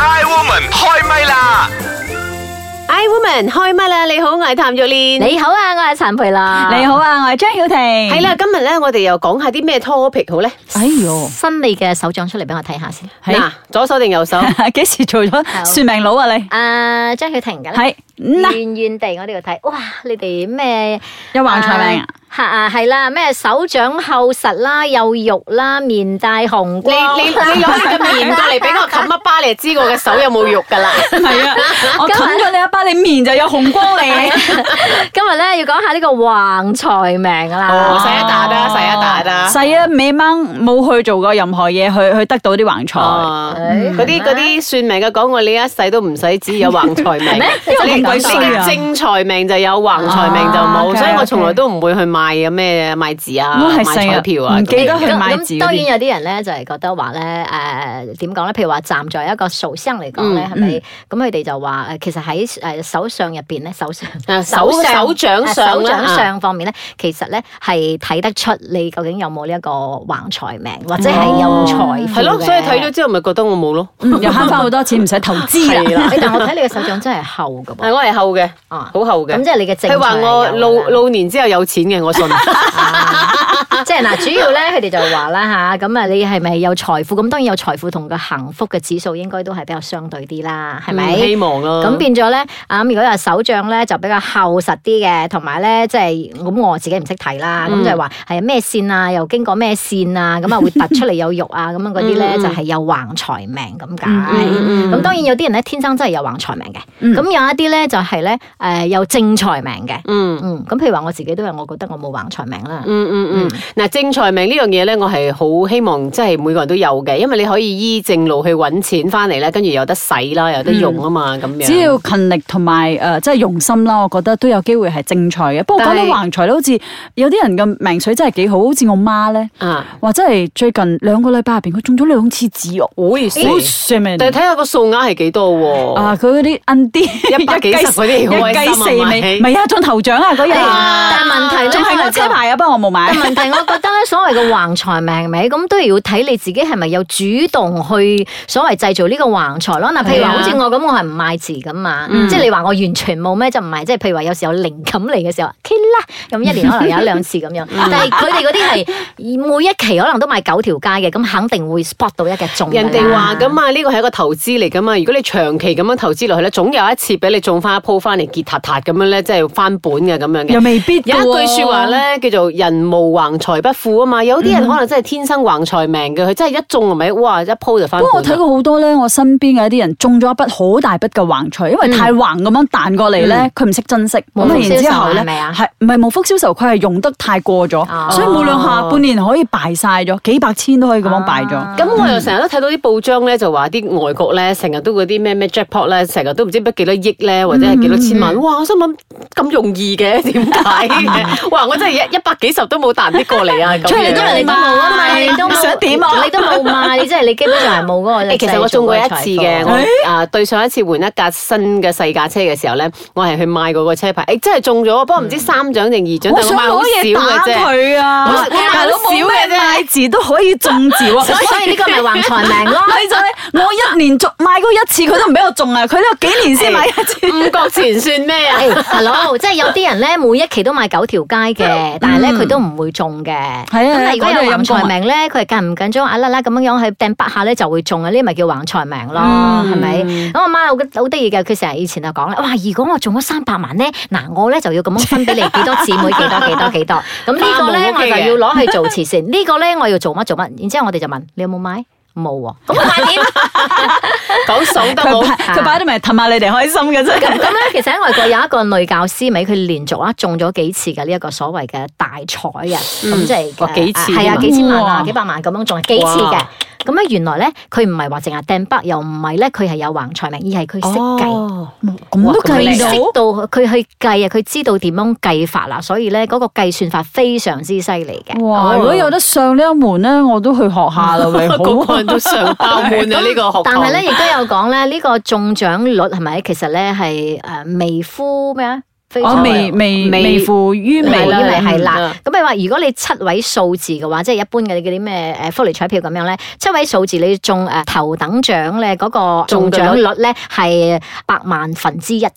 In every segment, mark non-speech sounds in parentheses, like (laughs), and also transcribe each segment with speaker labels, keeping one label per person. Speaker 1: I Woman 開唛啦！
Speaker 2: I Woman 開唛啦！你好，我係譚玉蓮。
Speaker 3: 你好啊，我係陳培樂。
Speaker 4: 你好啊，我係張曉婷。
Speaker 2: 係
Speaker 4: 係，
Speaker 2: 啦，今日咧我哋又講下啲咩 topic 好咧？
Speaker 4: 哎呦，
Speaker 3: 伸你嘅手掌出嚟俾我睇下先。
Speaker 2: 嗱，左手定右
Speaker 4: (laughs)
Speaker 2: 手？
Speaker 4: 嗱，幾時做咗算命佬啊你？
Speaker 3: 啊，張曉婷嘅啦，
Speaker 4: 係嗱，
Speaker 3: 遠遠地我哋度睇，哇！你哋咩
Speaker 4: 有橫財命啊？
Speaker 3: 嚇啊，係啦，咩手掌厚實啦，有肉啦，面帶紅
Speaker 2: 你
Speaker 3: 光。
Speaker 2: 你你攞你嘅面過嚟俾我冚一巴，你就知我嘅手有冇肉噶
Speaker 4: (laughs)
Speaker 2: 啦。(laughs)
Speaker 4: 係啊，我冚咗你一巴，你面就有紅光 (laughs) 嚟。
Speaker 3: 今日咧要講下呢個橫財命啦。
Speaker 4: 啊
Speaker 2: 哦，洗一笪啦，洗一笪啦。
Speaker 4: 細啊，尾掹冇去做過任何嘢，去去得到啲橫財。
Speaker 2: 哦，
Speaker 3: 嗯
Speaker 2: 嗰啲嗰啲算命嘅講過，你一世都唔使知有橫財
Speaker 4: (laughs)
Speaker 2: 命
Speaker 3: 咩，
Speaker 2: 你
Speaker 4: 因為咁鬼
Speaker 2: 你
Speaker 4: 衰
Speaker 2: 嘅
Speaker 4: 啊
Speaker 2: 正財命就有，橫財命就
Speaker 4: 哦
Speaker 2: 冇，
Speaker 4: ，OK，
Speaker 2: 所以我從來
Speaker 4: OK
Speaker 2: 都唔會去買嘅咩買字啊，
Speaker 4: 我
Speaker 2: 買
Speaker 4: 係
Speaker 2: 彩票
Speaker 4: 成
Speaker 2: 啊
Speaker 4: 日唔。記得
Speaker 3: 咁
Speaker 4: 去買字
Speaker 3: 咁當
Speaker 4: 嗰
Speaker 3: 然
Speaker 4: 啲。
Speaker 3: 有啲人咧就係覺得話咧誒點講咧？譬如話站在一個塑像嚟講
Speaker 2: 嗯
Speaker 3: 咧，係咪咁佢哋就話誒其實喺誒手相入邊咧，手相
Speaker 2: 啊手手掌上啦啊
Speaker 3: 手掌上方面咧，其實咧係睇得出你究竟有冇呢一個橫財命，或者係有財富
Speaker 2: 嗯係咯，
Speaker 3: 嘅
Speaker 2: 所以睇咗之後咪覺得我冇咯。
Speaker 4: 嗯又慳翻好多錢，唔使投資啊啦。
Speaker 2: (laughs) 係啦，啊
Speaker 3: 誒但我睇你嘅手掌真係厚㗎
Speaker 2: (laughs) 係
Speaker 3: 噃，
Speaker 2: 我係厚嘅，
Speaker 3: 啊
Speaker 2: 好厚嘅
Speaker 3: 咁。即係你嘅正財
Speaker 2: 佢話我
Speaker 3: 有㗎啦
Speaker 2: 老老年之後有錢嘅，我信。
Speaker 3: (laughs) 即係嗱，主要咧佢哋就話啦吓，咁啊你係咪有財富？咁當然有財富同個幸福嘅指數應該都係比較相對啲啦，係
Speaker 2: 嗯
Speaker 3: 咪？
Speaker 2: 希望咯。
Speaker 3: 咁變咗咧，啊咁如果有手掌咧就比較厚實啲嘅，同埋咧即係咁我自己唔識睇啦，
Speaker 2: 嗯
Speaker 3: 咁就係話係咩線啊，又經過咩線啊，
Speaker 2: (laughs)
Speaker 3: 咁啊會突出嚟有肉啊，咁樣嗰啲咧
Speaker 2: 嗯嗯
Speaker 3: 就係有橫財命咁
Speaker 4: 嗯
Speaker 2: 嗯嗯
Speaker 3: 解。咁當然有啲人咧天生真係有橫財命嘅，咁有一啲咧就係咧誒有正財命嘅。
Speaker 2: 嗯
Speaker 3: 嗯，咁譬如話我自己都係，我覺得我冇橫財命啦。
Speaker 2: 嗯嗯嗯，嗱、正財命呢樣嘢咧，我係好希望即係每個人都有嘅，因為你可以依正路去揾錢翻嚟咧，跟住有得使啦，有得用啊嘛，咁、樣。
Speaker 4: 只要勤力同埋誒，即係用心啦，我覺得都有機會係正財嘅。不過講到
Speaker 2: 但係
Speaker 4: 橫財咧，好似有啲人嘅命水真係幾好，好似我媽咧。
Speaker 2: 啊，
Speaker 4: 話真係最近兩個禮拜入邊，佢中咗兩次字哦，
Speaker 2: 會死
Speaker 4: 好上面
Speaker 2: 但係睇下個數額係幾多喎、
Speaker 4: 啊！佢嗰啲摁啲
Speaker 2: 一百幾十嗰啲好開
Speaker 4: 一雞
Speaker 2: 心啊哎
Speaker 4: 四
Speaker 2: 買
Speaker 4: 味，唔係啊，中頭獎啊嗰日啊，
Speaker 3: 但係問題咧，
Speaker 4: 仲係我車牌啊，不過我冇買
Speaker 2: (laughs)
Speaker 3: 但。問題，我覺得咧，所謂嘅橫財命咪咁都要睇你自己係咪有主動去所謂製造呢個橫財咯。嗱，譬如話
Speaker 2: 係啊嗯
Speaker 3: 好似我咁，我係唔賣字噶嘛，即係你話我完全冇咩就唔係，即係譬如話有時候靈感嚟嘅時候，K 啦，咁一年可能有一兩次咁
Speaker 2: (laughs)
Speaker 3: 樣。
Speaker 2: 嗯
Speaker 3: 但係佢哋嗰啲係每一期可能都賣九條街嘅，咁肯定會 spot 到一嘅中㗎啦。
Speaker 2: 人哋話咁啊，呢個係一個投資嚟噶嘛。如果你長期咁樣投資落去咧，總有一次俾你中翻一鋪翻嚟，結塔塔咁樣咧，即係翻本嘅咁樣嘅
Speaker 4: 又。未必㗎
Speaker 2: 有
Speaker 4: 喎
Speaker 2: 一句説話，咧，叫做人無橫財不富啊嘛。有啲
Speaker 4: 嗯
Speaker 2: 人可能真係天生橫財命嘅，佢真係一中係咪？哇！一鋪就翻。
Speaker 4: 不過我睇過好多咧，我身邊嘅一啲人中咗一筆好大筆嘅橫財，因
Speaker 2: 嗯
Speaker 4: 為太橫咁樣彈過嚟咧，佢唔識珍惜，咁
Speaker 3: 無
Speaker 4: 啊
Speaker 3: 福
Speaker 4: 然之後
Speaker 3: 消受係
Speaker 4: 咧
Speaker 3: 咪啊
Speaker 4: 係唔係無福消受？佢係用得太過
Speaker 3: 哦
Speaker 4: 咗，所以冇兩下半年可以敗晒咗，幾百千都可以咁
Speaker 2: 啊
Speaker 4: 樣敗咗。
Speaker 2: 咁我又成日都睇到啲報章咧，就話啲外國咧，成日都嗰啲咩咩 jackpot 咧，成日都唔知乜幾多億咧，或者係幾多千
Speaker 4: 嗯
Speaker 2: 萬。哇！我心諗咁容易嘅，點解
Speaker 4: (laughs)
Speaker 2: 嘅？哇！我真係一一百幾十都冇彈啲過嚟啊！咁
Speaker 3: 出嚟
Speaker 2: 樣
Speaker 3: 都嚟你都冇啊
Speaker 2: (laughs)
Speaker 3: 嘛，你都冇
Speaker 4: 想點啊
Speaker 3: 你都冇嘛，你即係你基本上係冇嗰個。
Speaker 2: 誒，其實我中過一次嘅，
Speaker 4: 誒
Speaker 2: 我啊對上一次換一架新嘅細架車嘅時候咧，我係去買嗰個車牌，誒真係中咗，不過唔知三獎定二獎，但
Speaker 4: 嗯我
Speaker 2: 係我
Speaker 4: 想
Speaker 2: 買好少嘅
Speaker 4: 攞嘢打
Speaker 2: 啫。
Speaker 4: 佢
Speaker 2: 我
Speaker 4: 啊！大佬冇
Speaker 2: 我少嘅啫
Speaker 4: 咩買字都可以中啊字
Speaker 2: (laughs)
Speaker 4: 喎。
Speaker 3: 所以呢個咪橫財
Speaker 4: (laughs)
Speaker 3: 命咯。
Speaker 4: 咪就係我一年中買過一次，佢都唔俾我中啊！佢都幾年先買一
Speaker 2: (laughs)
Speaker 4: 次。
Speaker 2: 五角錢算咩
Speaker 4: (laughs)
Speaker 2: 啊？
Speaker 3: 誒，hello，即係哎 (laughs) 有啲人咧，每一期都買九條街嘅，但係咧佢都唔會中嘅。
Speaker 4: 係啊
Speaker 3: 嗯咁但係如果
Speaker 4: 嗰啲
Speaker 3: 有橫
Speaker 4: 係陰公啊
Speaker 3: 財命咧，佢係緊唔緊張啊啦啦咁樣樣去掟八下咧就會中啊，呢咪叫橫財命咯，係咪？咁我媽好好得意嘅，佢成日以前就講啦，哇！如果我中咗三百萬咧，嗱我咧就要咁樣分俾你幾多姊妹幾多幾多幾 (laughs) 多，咁呢個咧
Speaker 2: 花無屋
Speaker 3: 我
Speaker 2: 企嘅
Speaker 3: 就要攞去做慈善，呢個咧我要做乜做乜，然之後我哋就問你有冇買？冇喎，咁我買點？
Speaker 2: 講數都
Speaker 4: 佢
Speaker 2: 冇。啊
Speaker 4: 擺佢擺到咪氹下你哋開心嘅啫。
Speaker 3: 咁咧，其實喺外國有一個女教師咪，佢連續啊中咗幾次嘅呢一個所謂嘅大彩啊，咁即
Speaker 2: 嗯哇
Speaker 3: 係
Speaker 2: 幾次
Speaker 3: 係啊
Speaker 2: 添啊
Speaker 3: 幾千萬啊
Speaker 4: 哇
Speaker 3: 幾百萬咁樣中幾次嘅
Speaker 2: 哇。
Speaker 3: 咁咧原來咧佢唔係話淨係掟筆，又唔係咧佢係有橫財命，而係佢識計。
Speaker 2: 哦，
Speaker 4: 咁都
Speaker 3: 佢
Speaker 4: 計
Speaker 3: 識
Speaker 4: 到。
Speaker 3: 到佢去計啊，佢知道點樣計法啦，所以咧嗰個計算法非常之犀利
Speaker 2: 嗯
Speaker 3: 嘅。
Speaker 2: 哦
Speaker 4: 哇！如果有得上呢一門咧，我都去學
Speaker 2: (laughs)
Speaker 4: 下啦，喂，
Speaker 2: 個個
Speaker 4: 好啊
Speaker 2: 人哎都上爆滿啊！呢個學
Speaker 3: 但係
Speaker 2: 堂
Speaker 3: 咧，呃亦都有講咧，呢個中獎率係咪其實咧係誒微乎咩啊？非洲
Speaker 4: 我
Speaker 2: 哦
Speaker 4: 未
Speaker 3: 嘅
Speaker 4: 未
Speaker 2: 未
Speaker 4: 未付於
Speaker 3: 微
Speaker 4: 微
Speaker 2: 係
Speaker 3: 微
Speaker 2: 啦
Speaker 3: 微係
Speaker 2: 嗯
Speaker 3: 啦，咁你話如果你七位數字嘅話，即係一般嘅嗰啲咩誒福利彩票咁樣咧，七位數字你中誒頭等獎咧嗰個
Speaker 2: 中
Speaker 3: 中獎
Speaker 2: 獎
Speaker 3: 率咧係百萬分之一嘅，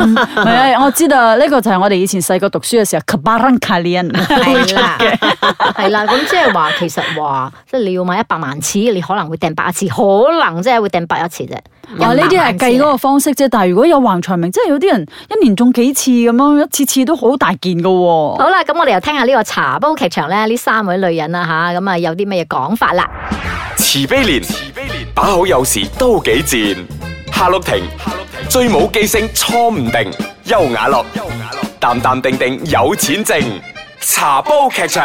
Speaker 4: 係啊，我知道呢個就係我哋以前細個讀書嘅時候 k a b a r a n k a l i n
Speaker 3: 係啦， (laughs) 係啦，咁即係話其實話即係你要買一百萬次，你可能會掟八次，可能即係會掟八一次啫。
Speaker 4: 哦，呢啲係計嗰個方式啫，但係如果有橫財明，即係有啲人一年中幾次咁樣，一次次都好大件噶喎。
Speaker 2: 啊
Speaker 3: 好啦，咁我哋又聽下呢個茶煲劇場咧，呢三位女人啦吓，咁啊有啲咩嘢講法啦？
Speaker 1: 慈悲蓮，慈悲蓮，把口有時都幾賤。夏綠庭，夏綠庭，最冇記性錯唔定。優雅樂，優雅樂，淡淡定定有錢剩。茶煲劇場，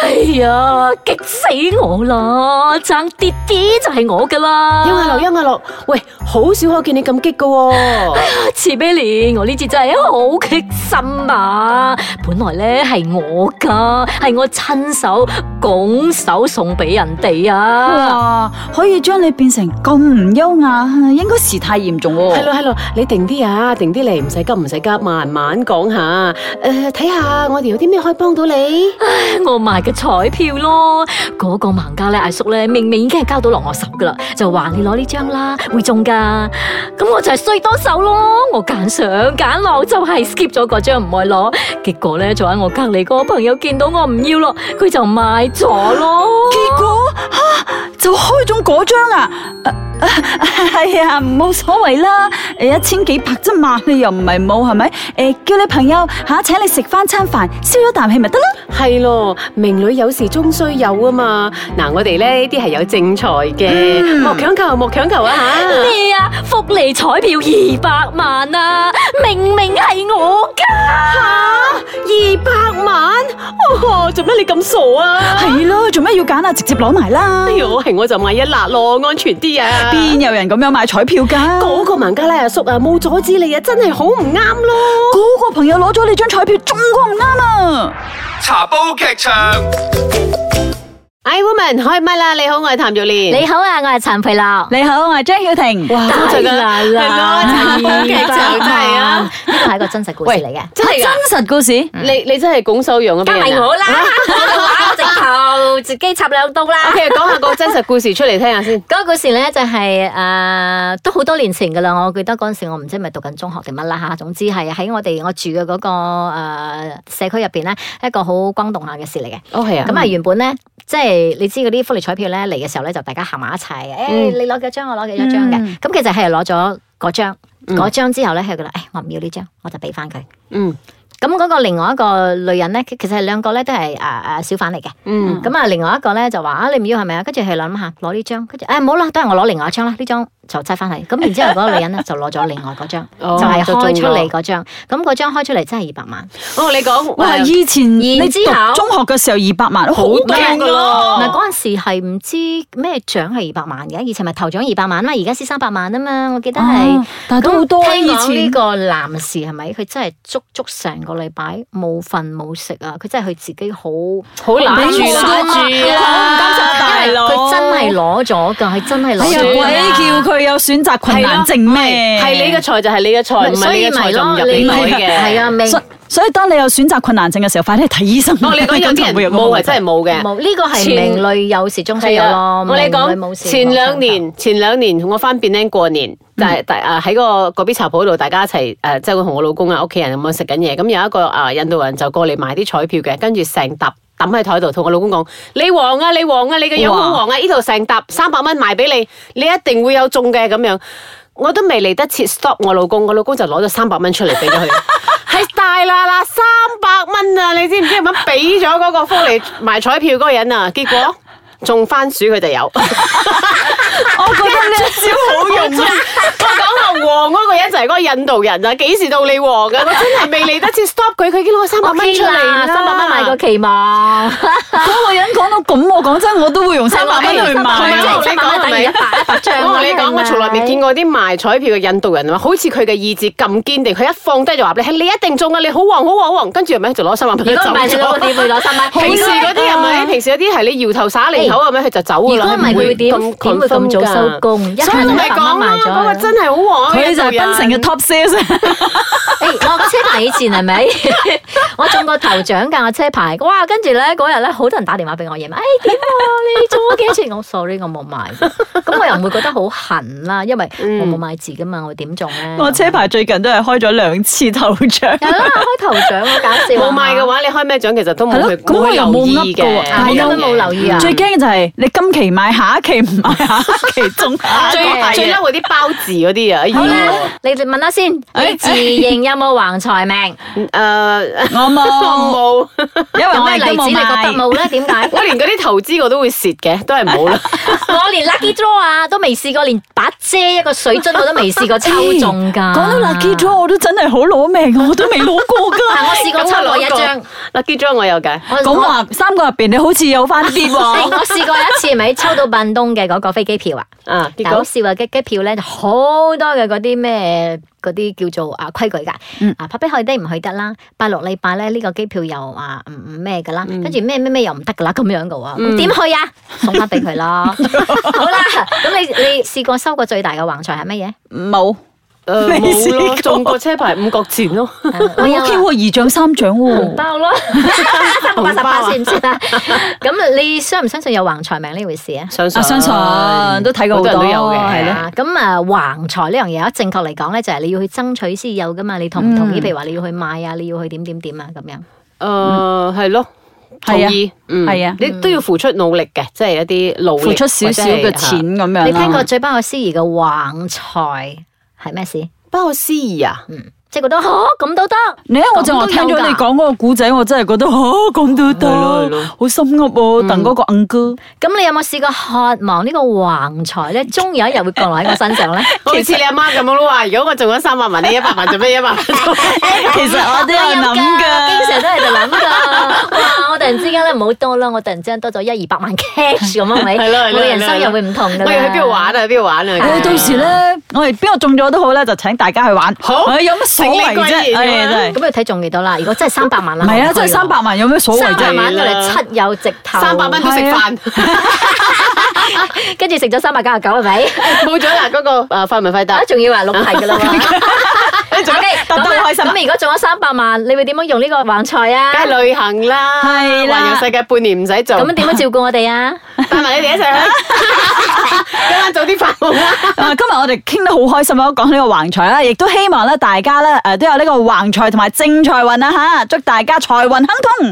Speaker 3: 哎呀，激死我啦！爭啲啲就係我噶啦
Speaker 2: 邱亞樂，邱亞樂，喂，好少可見你咁激噶
Speaker 4: 哦
Speaker 2: 喎。
Speaker 3: 慈悲蓮，我呢次真係好激心啊！本來咧係我噶，係我親手拱手送俾人哋啊！
Speaker 4: 哇，可以將你變成咁唔優雅，應該事態嚴重
Speaker 2: 係咯
Speaker 4: 喎。
Speaker 2: 係咯，你定啲啊，定啲嚟，唔使急唔使急，慢慢講下。诶、睇下我哋有啲咩可以幫到你。
Speaker 3: 我買嘅彩票咯，嗰、個盲家咧阿叔咧，明明已經係交到落我手噶啦，就話你攞呢張啦，會中噶。咁我就係衰多手咯，我揀上揀落就係 skip 咗嗰張唔愛攞，結果咧坐喺我隔離嗰個朋友見到我唔要咯，佢就買咗咯。
Speaker 4: 結果吓就開中嗰張啊！係啊，冇所謂啦，誒一千幾百啫嘛，你又唔係冇係咪？誒，叫你朋友嚇請你食翻餐飯，消咗啖氣咪得啦。
Speaker 2: 係咯，名女有時終須有啊嘛。嗱，我哋咧呢啲係有正財嘅，莫強求，莫強求啊吓。
Speaker 3: 咩啊？福利彩票二百萬啊！明明係我噶，
Speaker 2: 二百萬，哦，做咩你咁傻啊？
Speaker 4: 係咯，做咩要揀啊？直接攞埋啦
Speaker 2: 哎！呦，係我就買一辣咯，安全啲啊。
Speaker 4: 邊有人咁樣買彩票㗎？
Speaker 2: 嗰個孟加拉阿叔啊，冇阻止你啊，真係好唔啱咯。
Speaker 4: 嗰個朋友攞咗你張彩票，中過唔啱啊！
Speaker 1: 茶煲劇場。
Speaker 2: I woman 開麥啦！你好，我係譚玉蓮。
Speaker 3: (laughs) 你好啊，我係陳培樂。
Speaker 4: 你好，我係張曉婷。
Speaker 2: 哇，好
Speaker 3: 係
Speaker 2: 醉噶啦，係咯，陳寶劇就真係啊，，
Speaker 3: 呢個係一個真實故事嚟嘅。
Speaker 2: 真係㗎
Speaker 4: 真實故事，
Speaker 2: 你你真係拱手讓啊，
Speaker 3: 加埋我啦， (laughs) 我直頭自己插兩刀啦。
Speaker 2: O K，講下個真實故事出嚟聽下先。
Speaker 3: 嗰個故事咧就係、呃都好多年前噶啦，我記得嗰陣時我唔知係咪讀緊中學定乜啦嚇，總之係喺我哋我住嘅嗰、個、呃、社區入邊咧，一個好轟動下嘅事嚟嘅。
Speaker 2: 哦，係啊，
Speaker 3: 咁啊，原本咧，即係你知嗰啲福利彩票咧嚟嘅時候咧，就大家行埋一齊嘅。誒、
Speaker 2: 嗯
Speaker 3: 你攞幾多張，我攞幾多張
Speaker 4: 嗯
Speaker 3: 嘅。咁、其實係攞咗嗰張，
Speaker 2: 嗯
Speaker 3: 嗰張之後咧，佢覺得誒，哎我唔要呢張，我就俾翻佢。
Speaker 2: 嗯
Speaker 3: 咁嗰個另外一個女人咧，其其實兩個咧都係誒誒小販嚟嘅。
Speaker 2: 嗯，
Speaker 3: 咁啊，另外一個咧就話啊，你唔要係咪啊？跟住佢諗下攞呢張，跟住哎誒唔好啦，都係我攞另外一張啦，呢張就擠翻去。咁然之後嗰個女人咧就攞咗另外嗰張，
Speaker 2: 哦
Speaker 3: 就係開出
Speaker 2: 就中
Speaker 3: 嚟
Speaker 2: 咗
Speaker 3: 嗰張。咁嗰張開出嚟真係二百萬。
Speaker 2: 哦，你講
Speaker 4: 哇！以前你
Speaker 3: 然
Speaker 4: 讀
Speaker 3: 之後
Speaker 4: 中學嘅時候二百萬，好啊
Speaker 2: 好驚噶
Speaker 3: 唔係哦
Speaker 2: 咯，
Speaker 3: 嗰陣時係唔知咩獎係二百萬嘅，以前咪頭獎二百萬嘛，而家先三百萬啊嘛，我記得係
Speaker 4: 啊。
Speaker 2: 哦
Speaker 4: 但係都好多啊
Speaker 3: 咁聽
Speaker 4: 以
Speaker 3: 講呢
Speaker 4: 前。
Speaker 3: 個男士係咪？佢真係足足成個禮拜冇瞓冇食啊！佢真係佢自己好
Speaker 2: 好攬住
Speaker 4: 攬
Speaker 2: 攬住
Speaker 4: 大
Speaker 2: 啦，
Speaker 4: 佬
Speaker 3: 佢真係攞咗㗎，佢真係
Speaker 4: 哎
Speaker 3: 攞
Speaker 4: 呀，
Speaker 3: 咗
Speaker 4: 鬼
Speaker 3: 㗎。
Speaker 4: 叫佢有選擇困難症咩？
Speaker 2: 係你嘅財就係你嘅哦財，唔係
Speaker 3: 所
Speaker 2: 你
Speaker 3: 以
Speaker 2: 嘅
Speaker 3: 咪
Speaker 2: 財就唔
Speaker 3: 咯，
Speaker 2: 入
Speaker 3: 你
Speaker 2: 你袋嘅。
Speaker 3: 係
Speaker 2: (laughs)
Speaker 3: 啊，明
Speaker 4: 所所以當你有選擇困難症嘅時候，快啲去睇醫生。
Speaker 2: 哦，你
Speaker 4: (laughs)
Speaker 2: 講有啲人
Speaker 4: 啊
Speaker 2: 冇係真係冇嘅。
Speaker 3: 冇呢個係
Speaker 2: 前
Speaker 3: 名類有時中西
Speaker 2: 係啊
Speaker 3: 有咯。
Speaker 2: 我哋
Speaker 3: 名類冇
Speaker 2: 講
Speaker 3: 時
Speaker 2: 前兩
Speaker 3: 冇
Speaker 2: 年，前兩年我翻變 e 過年，但係但誒喺個嗰邊茶鋪度，大家一齊誒，即係我同我老公啊、屋企人咁樣食緊嘢，咁有一個誒印度人就過嚟買啲彩票嘅，跟住成沓抌喺台度，同我老公講：你黃啊，你黃啊，你個樣好黃啊！呢度成沓三百蚊賣俾你，你一定會有中嘅咁樣。我都未嚟得切 stop 我老公，我老公就攞咗三百蚊出嚟俾咗佢。係大啦啦，三百蚊啊！你知唔知咁樣俾咗嗰個福利買彩票嗰個人啊？結果中番薯佢就有。
Speaker 4: 我覺得呢招好用啊！
Speaker 2: (laughs) 我講話黃嗰個人就係嗰個印度人啊，幾時到你黃嘅？我真係未嚟得切 stop 佢，佢已經攞三百
Speaker 3: O
Speaker 2: 蚊
Speaker 3: K
Speaker 2: 出嚟
Speaker 3: 啦，
Speaker 2: 啦，
Speaker 3: 三百蚊買個期望。
Speaker 4: 嗰個人講到咁，我講真我都會用三百蚊去
Speaker 3: 係咪
Speaker 4: 買
Speaker 2: 係
Speaker 4: 啊。
Speaker 2: 咪
Speaker 3: 即係七百蚊等於一百一百張啦
Speaker 2: 我同你講，我從來未見過啲賣彩票嘅印度人啊，好似佢嘅意志咁堅定，佢一放低就話俾你聽，你一定中啊！你好旺好旺好旺，跟住咪就攞三萬
Speaker 3: 如
Speaker 2: 蚊
Speaker 3: 果
Speaker 2: 走
Speaker 3: 唔係你攞
Speaker 2: 咗。
Speaker 3: 點會攞三蚊？
Speaker 2: 平時嗰啲係咪？平時嗰啲係你搖頭灑離口咁樣，佢就走
Speaker 3: 如
Speaker 2: 㗎
Speaker 3: 果
Speaker 2: 啦。
Speaker 3: 唔係，佢會點點會咁早收工？一
Speaker 2: 所以
Speaker 3: 下就
Speaker 2: 我
Speaker 3: 一
Speaker 2: 咪
Speaker 3: 百蚊
Speaker 2: 講
Speaker 3: 賣
Speaker 2: 啦，
Speaker 3: 咗
Speaker 2: 嗰
Speaker 3: 啦
Speaker 2: 個。真係好旺啊！
Speaker 4: 佢就係
Speaker 2: 印度人
Speaker 4: 檳城嘅 top sales。 (laughs)
Speaker 3: 誒、我個車牌以前係咪？ (laughs) 我中過頭獎㗎，我車牌。哇！跟住咧嗰日咧，好多人打電話俾我夜晚，誒點啊？你中咗幾多錢？我 sorry，我冇買。咁我又唔會覺得好痕啦，因為我
Speaker 2: 嗯
Speaker 3: 冇買字㗎嘛，我點中咧？
Speaker 4: 我車牌最近都係開咗兩次頭獎。
Speaker 3: 係啦，開頭獎好搞笑。啊
Speaker 2: 冇賣嘅，話，你開咩獎其實都冇
Speaker 4: 啊係咯
Speaker 2: 去
Speaker 4: 咁我又
Speaker 2: 冇去留
Speaker 4: 冇噏
Speaker 2: 意
Speaker 4: 過
Speaker 2: 嘅
Speaker 4: 喎，
Speaker 3: 係
Speaker 4: 係
Speaker 3: 根
Speaker 4: 啊
Speaker 3: 本冇留意啊。
Speaker 4: 最驚嘅就係你今期買，下一期唔買，下一期
Speaker 3: (laughs)
Speaker 4: 中，下一期買
Speaker 2: 最最啊嬲嗰啲包字嗰啲啊！
Speaker 3: 好啦
Speaker 4: 嗯
Speaker 2: 咦，
Speaker 3: 你哋問下先，
Speaker 4: 哎
Speaker 3: 你自認有冇橫財
Speaker 4: (laughs)
Speaker 3: 命？
Speaker 2: 誒，
Speaker 4: 我冇，
Speaker 2: 我冇。
Speaker 4: 因為
Speaker 3: 有
Speaker 4: 我
Speaker 3: 咩
Speaker 4: 亦哦都
Speaker 3: 例子
Speaker 4: 冇
Speaker 3: 你覺得
Speaker 4: 買。
Speaker 3: 冇咧？點
Speaker 4: (laughs)
Speaker 3: 解？
Speaker 2: 我連嗰啲投資我都會蝕嘅，都係冇啦。
Speaker 3: 我連 lucky draw 啊都未試過，連把遮一個水樽我都未試過抽中㗎。
Speaker 4: 講到 lucky draw，我都真係好攞命，我都未攞過
Speaker 3: 但
Speaker 4: 㗎。
Speaker 3: 啊我試過抽過一張，
Speaker 2: lucky draw 我有嘅，
Speaker 3: (laughs) 我
Speaker 4: 咁
Speaker 3: 我
Speaker 4: 話三個入邊，你好似有翻
Speaker 3: (laughs) 係
Speaker 4: 啲喎。
Speaker 3: 我試過有一次，咪抽到笨東嘅嗰個飛機票啊！
Speaker 2: 啊，結
Speaker 3: 搞
Speaker 2: 果
Speaker 3: 笑啊！嘅機票咧就好多嘅嗰啲咩嗰啲叫做啊規矩㗎，
Speaker 2: 嗯
Speaker 3: 啊拍飛去得唔去得啦，拜六禮拜咧呢個機票又啊唔唔咩㗎啦，
Speaker 2: 嗯
Speaker 3: 跟住咩咩咩又唔得㗎啦咁樣嘅喎，咁點去
Speaker 2: (laughs)
Speaker 3: 啊？送翻俾佢咯。好啦，咁你你試過收過最大嘅橫財係乜嘢？
Speaker 4: 冇， (laughs)
Speaker 2: 誒
Speaker 4: 未試
Speaker 2: 呃冇咯，
Speaker 4: 過
Speaker 2: 中過車牌五角錢咯，
Speaker 4: (laughs)
Speaker 3: 啊
Speaker 4: 我有
Speaker 3: 啊
Speaker 4: 機會二獎三獎
Speaker 3: 紅
Speaker 4: 喎。
Speaker 3: 包咯，三百八
Speaker 2: 紅
Speaker 3: 十
Speaker 2: 包
Speaker 3: 八
Speaker 2: 啊
Speaker 3: 算唔算啊？咁你相唔相信有橫財命呢回事啊？
Speaker 2: 相信
Speaker 4: 啊，相信都睇過
Speaker 2: 好
Speaker 4: 好多
Speaker 2: 多人都有嘅係咯
Speaker 3: 啊，咁啊橫財呢樣嘢，正確嚟講咧，就係你要去爭取先有噶嘛。你同唔同
Speaker 2: 嗯
Speaker 3: 意？譬如話你要去買啊，你要去點點點啊，咁樣。
Speaker 2: 誒呃係咯。同
Speaker 4: 係啊
Speaker 2: 意，嗯
Speaker 4: 係啊
Speaker 2: 你都要付出努力嘅，即係一啲努力，
Speaker 4: 付出少少
Speaker 2: 或
Speaker 4: 嘅錢
Speaker 2: 者係。啊
Speaker 4: 咁樣啦。
Speaker 3: 你聽過最不可思議嘅橫財係咩事？
Speaker 2: 不可思議啊！
Speaker 3: 嗯，即係覺得嚇 (laughs) 咁都得。
Speaker 4: 你啊！我就話
Speaker 3: 咁都
Speaker 4: 聽
Speaker 3: 有
Speaker 4: 咗
Speaker 3: 㗎
Speaker 4: 你講嗰個古仔，我真係覺得嚇咁都
Speaker 2: 係咯係
Speaker 4: 得
Speaker 2: 咯，
Speaker 4: 好心噏喎。鄧嗰個 uncle，
Speaker 3: 咁你有冇試過渴望呢個橫財
Speaker 4: (laughs)
Speaker 3: 咧？終有一日會降落喺我身上 (laughs) 咧？
Speaker 2: 好似你阿媽咁樣咯，話如果我中咗三百萬，你一百萬做咩？一百萬做咩
Speaker 4: 其實我都有
Speaker 3: 我
Speaker 4: 諗
Speaker 3: 經
Speaker 4: 㗎。
Speaker 3: 常都喺度諗㗎。哇！我突然之間咧冇多啦，我突然之間多咗一二百萬 cash
Speaker 4: (laughs)
Speaker 3: 咁啊，咪
Speaker 2: 係咯係
Speaker 3: 我
Speaker 2: 咯
Speaker 3: 嘅人生又會唔同㗎。
Speaker 2: 我要去邊度？玩啊？去邊度玩啊？
Speaker 4: 我到時咧，我哋邊個中咗都好咧，就請大家去玩。
Speaker 2: 好
Speaker 4: 唉有乜所謂
Speaker 2: 成
Speaker 4: 啫？
Speaker 2: 年貴
Speaker 4: 唉，
Speaker 2: 人啊
Speaker 4: 真係
Speaker 3: 咁要睇中幾多啦？如果真係三百萬啦，
Speaker 4: 唔係
Speaker 3: 我
Speaker 4: 啊！
Speaker 3: 去
Speaker 4: 真係
Speaker 3: 喎
Speaker 4: 三百萬有咩所謂
Speaker 3: 三百
Speaker 4: 啫？
Speaker 3: 萬就嚟七有直頭， (laughs)
Speaker 2: 三百蚊都食飯，
Speaker 3: 跟住食咗三百九十九係咪？
Speaker 2: (laughs) 冇咗啦嗰個誒快問快答
Speaker 3: 啊，。仲要
Speaker 4: (laughs)
Speaker 3: 話六題㗎啦喎。
Speaker 4: 仲
Speaker 3: OK，
Speaker 4: 答得好開心
Speaker 3: 咁咁如果中咗三百萬，你會點樣用呢個橫財啊？
Speaker 2: 梗係旅行啦，
Speaker 4: 係啦
Speaker 2: 環遊世界半年唔使做，
Speaker 3: 咁點樣照顧我哋啊？
Speaker 2: 帶埋你哋一齊去， (laughs) 今晚早啲發夢啦，
Speaker 4: 啊！今日我哋傾得好開心啊，講呢個橫財啦，亦都希望咧大家咧誒都有呢個橫財同埋正財運啊嚇！祝大家財運亨通。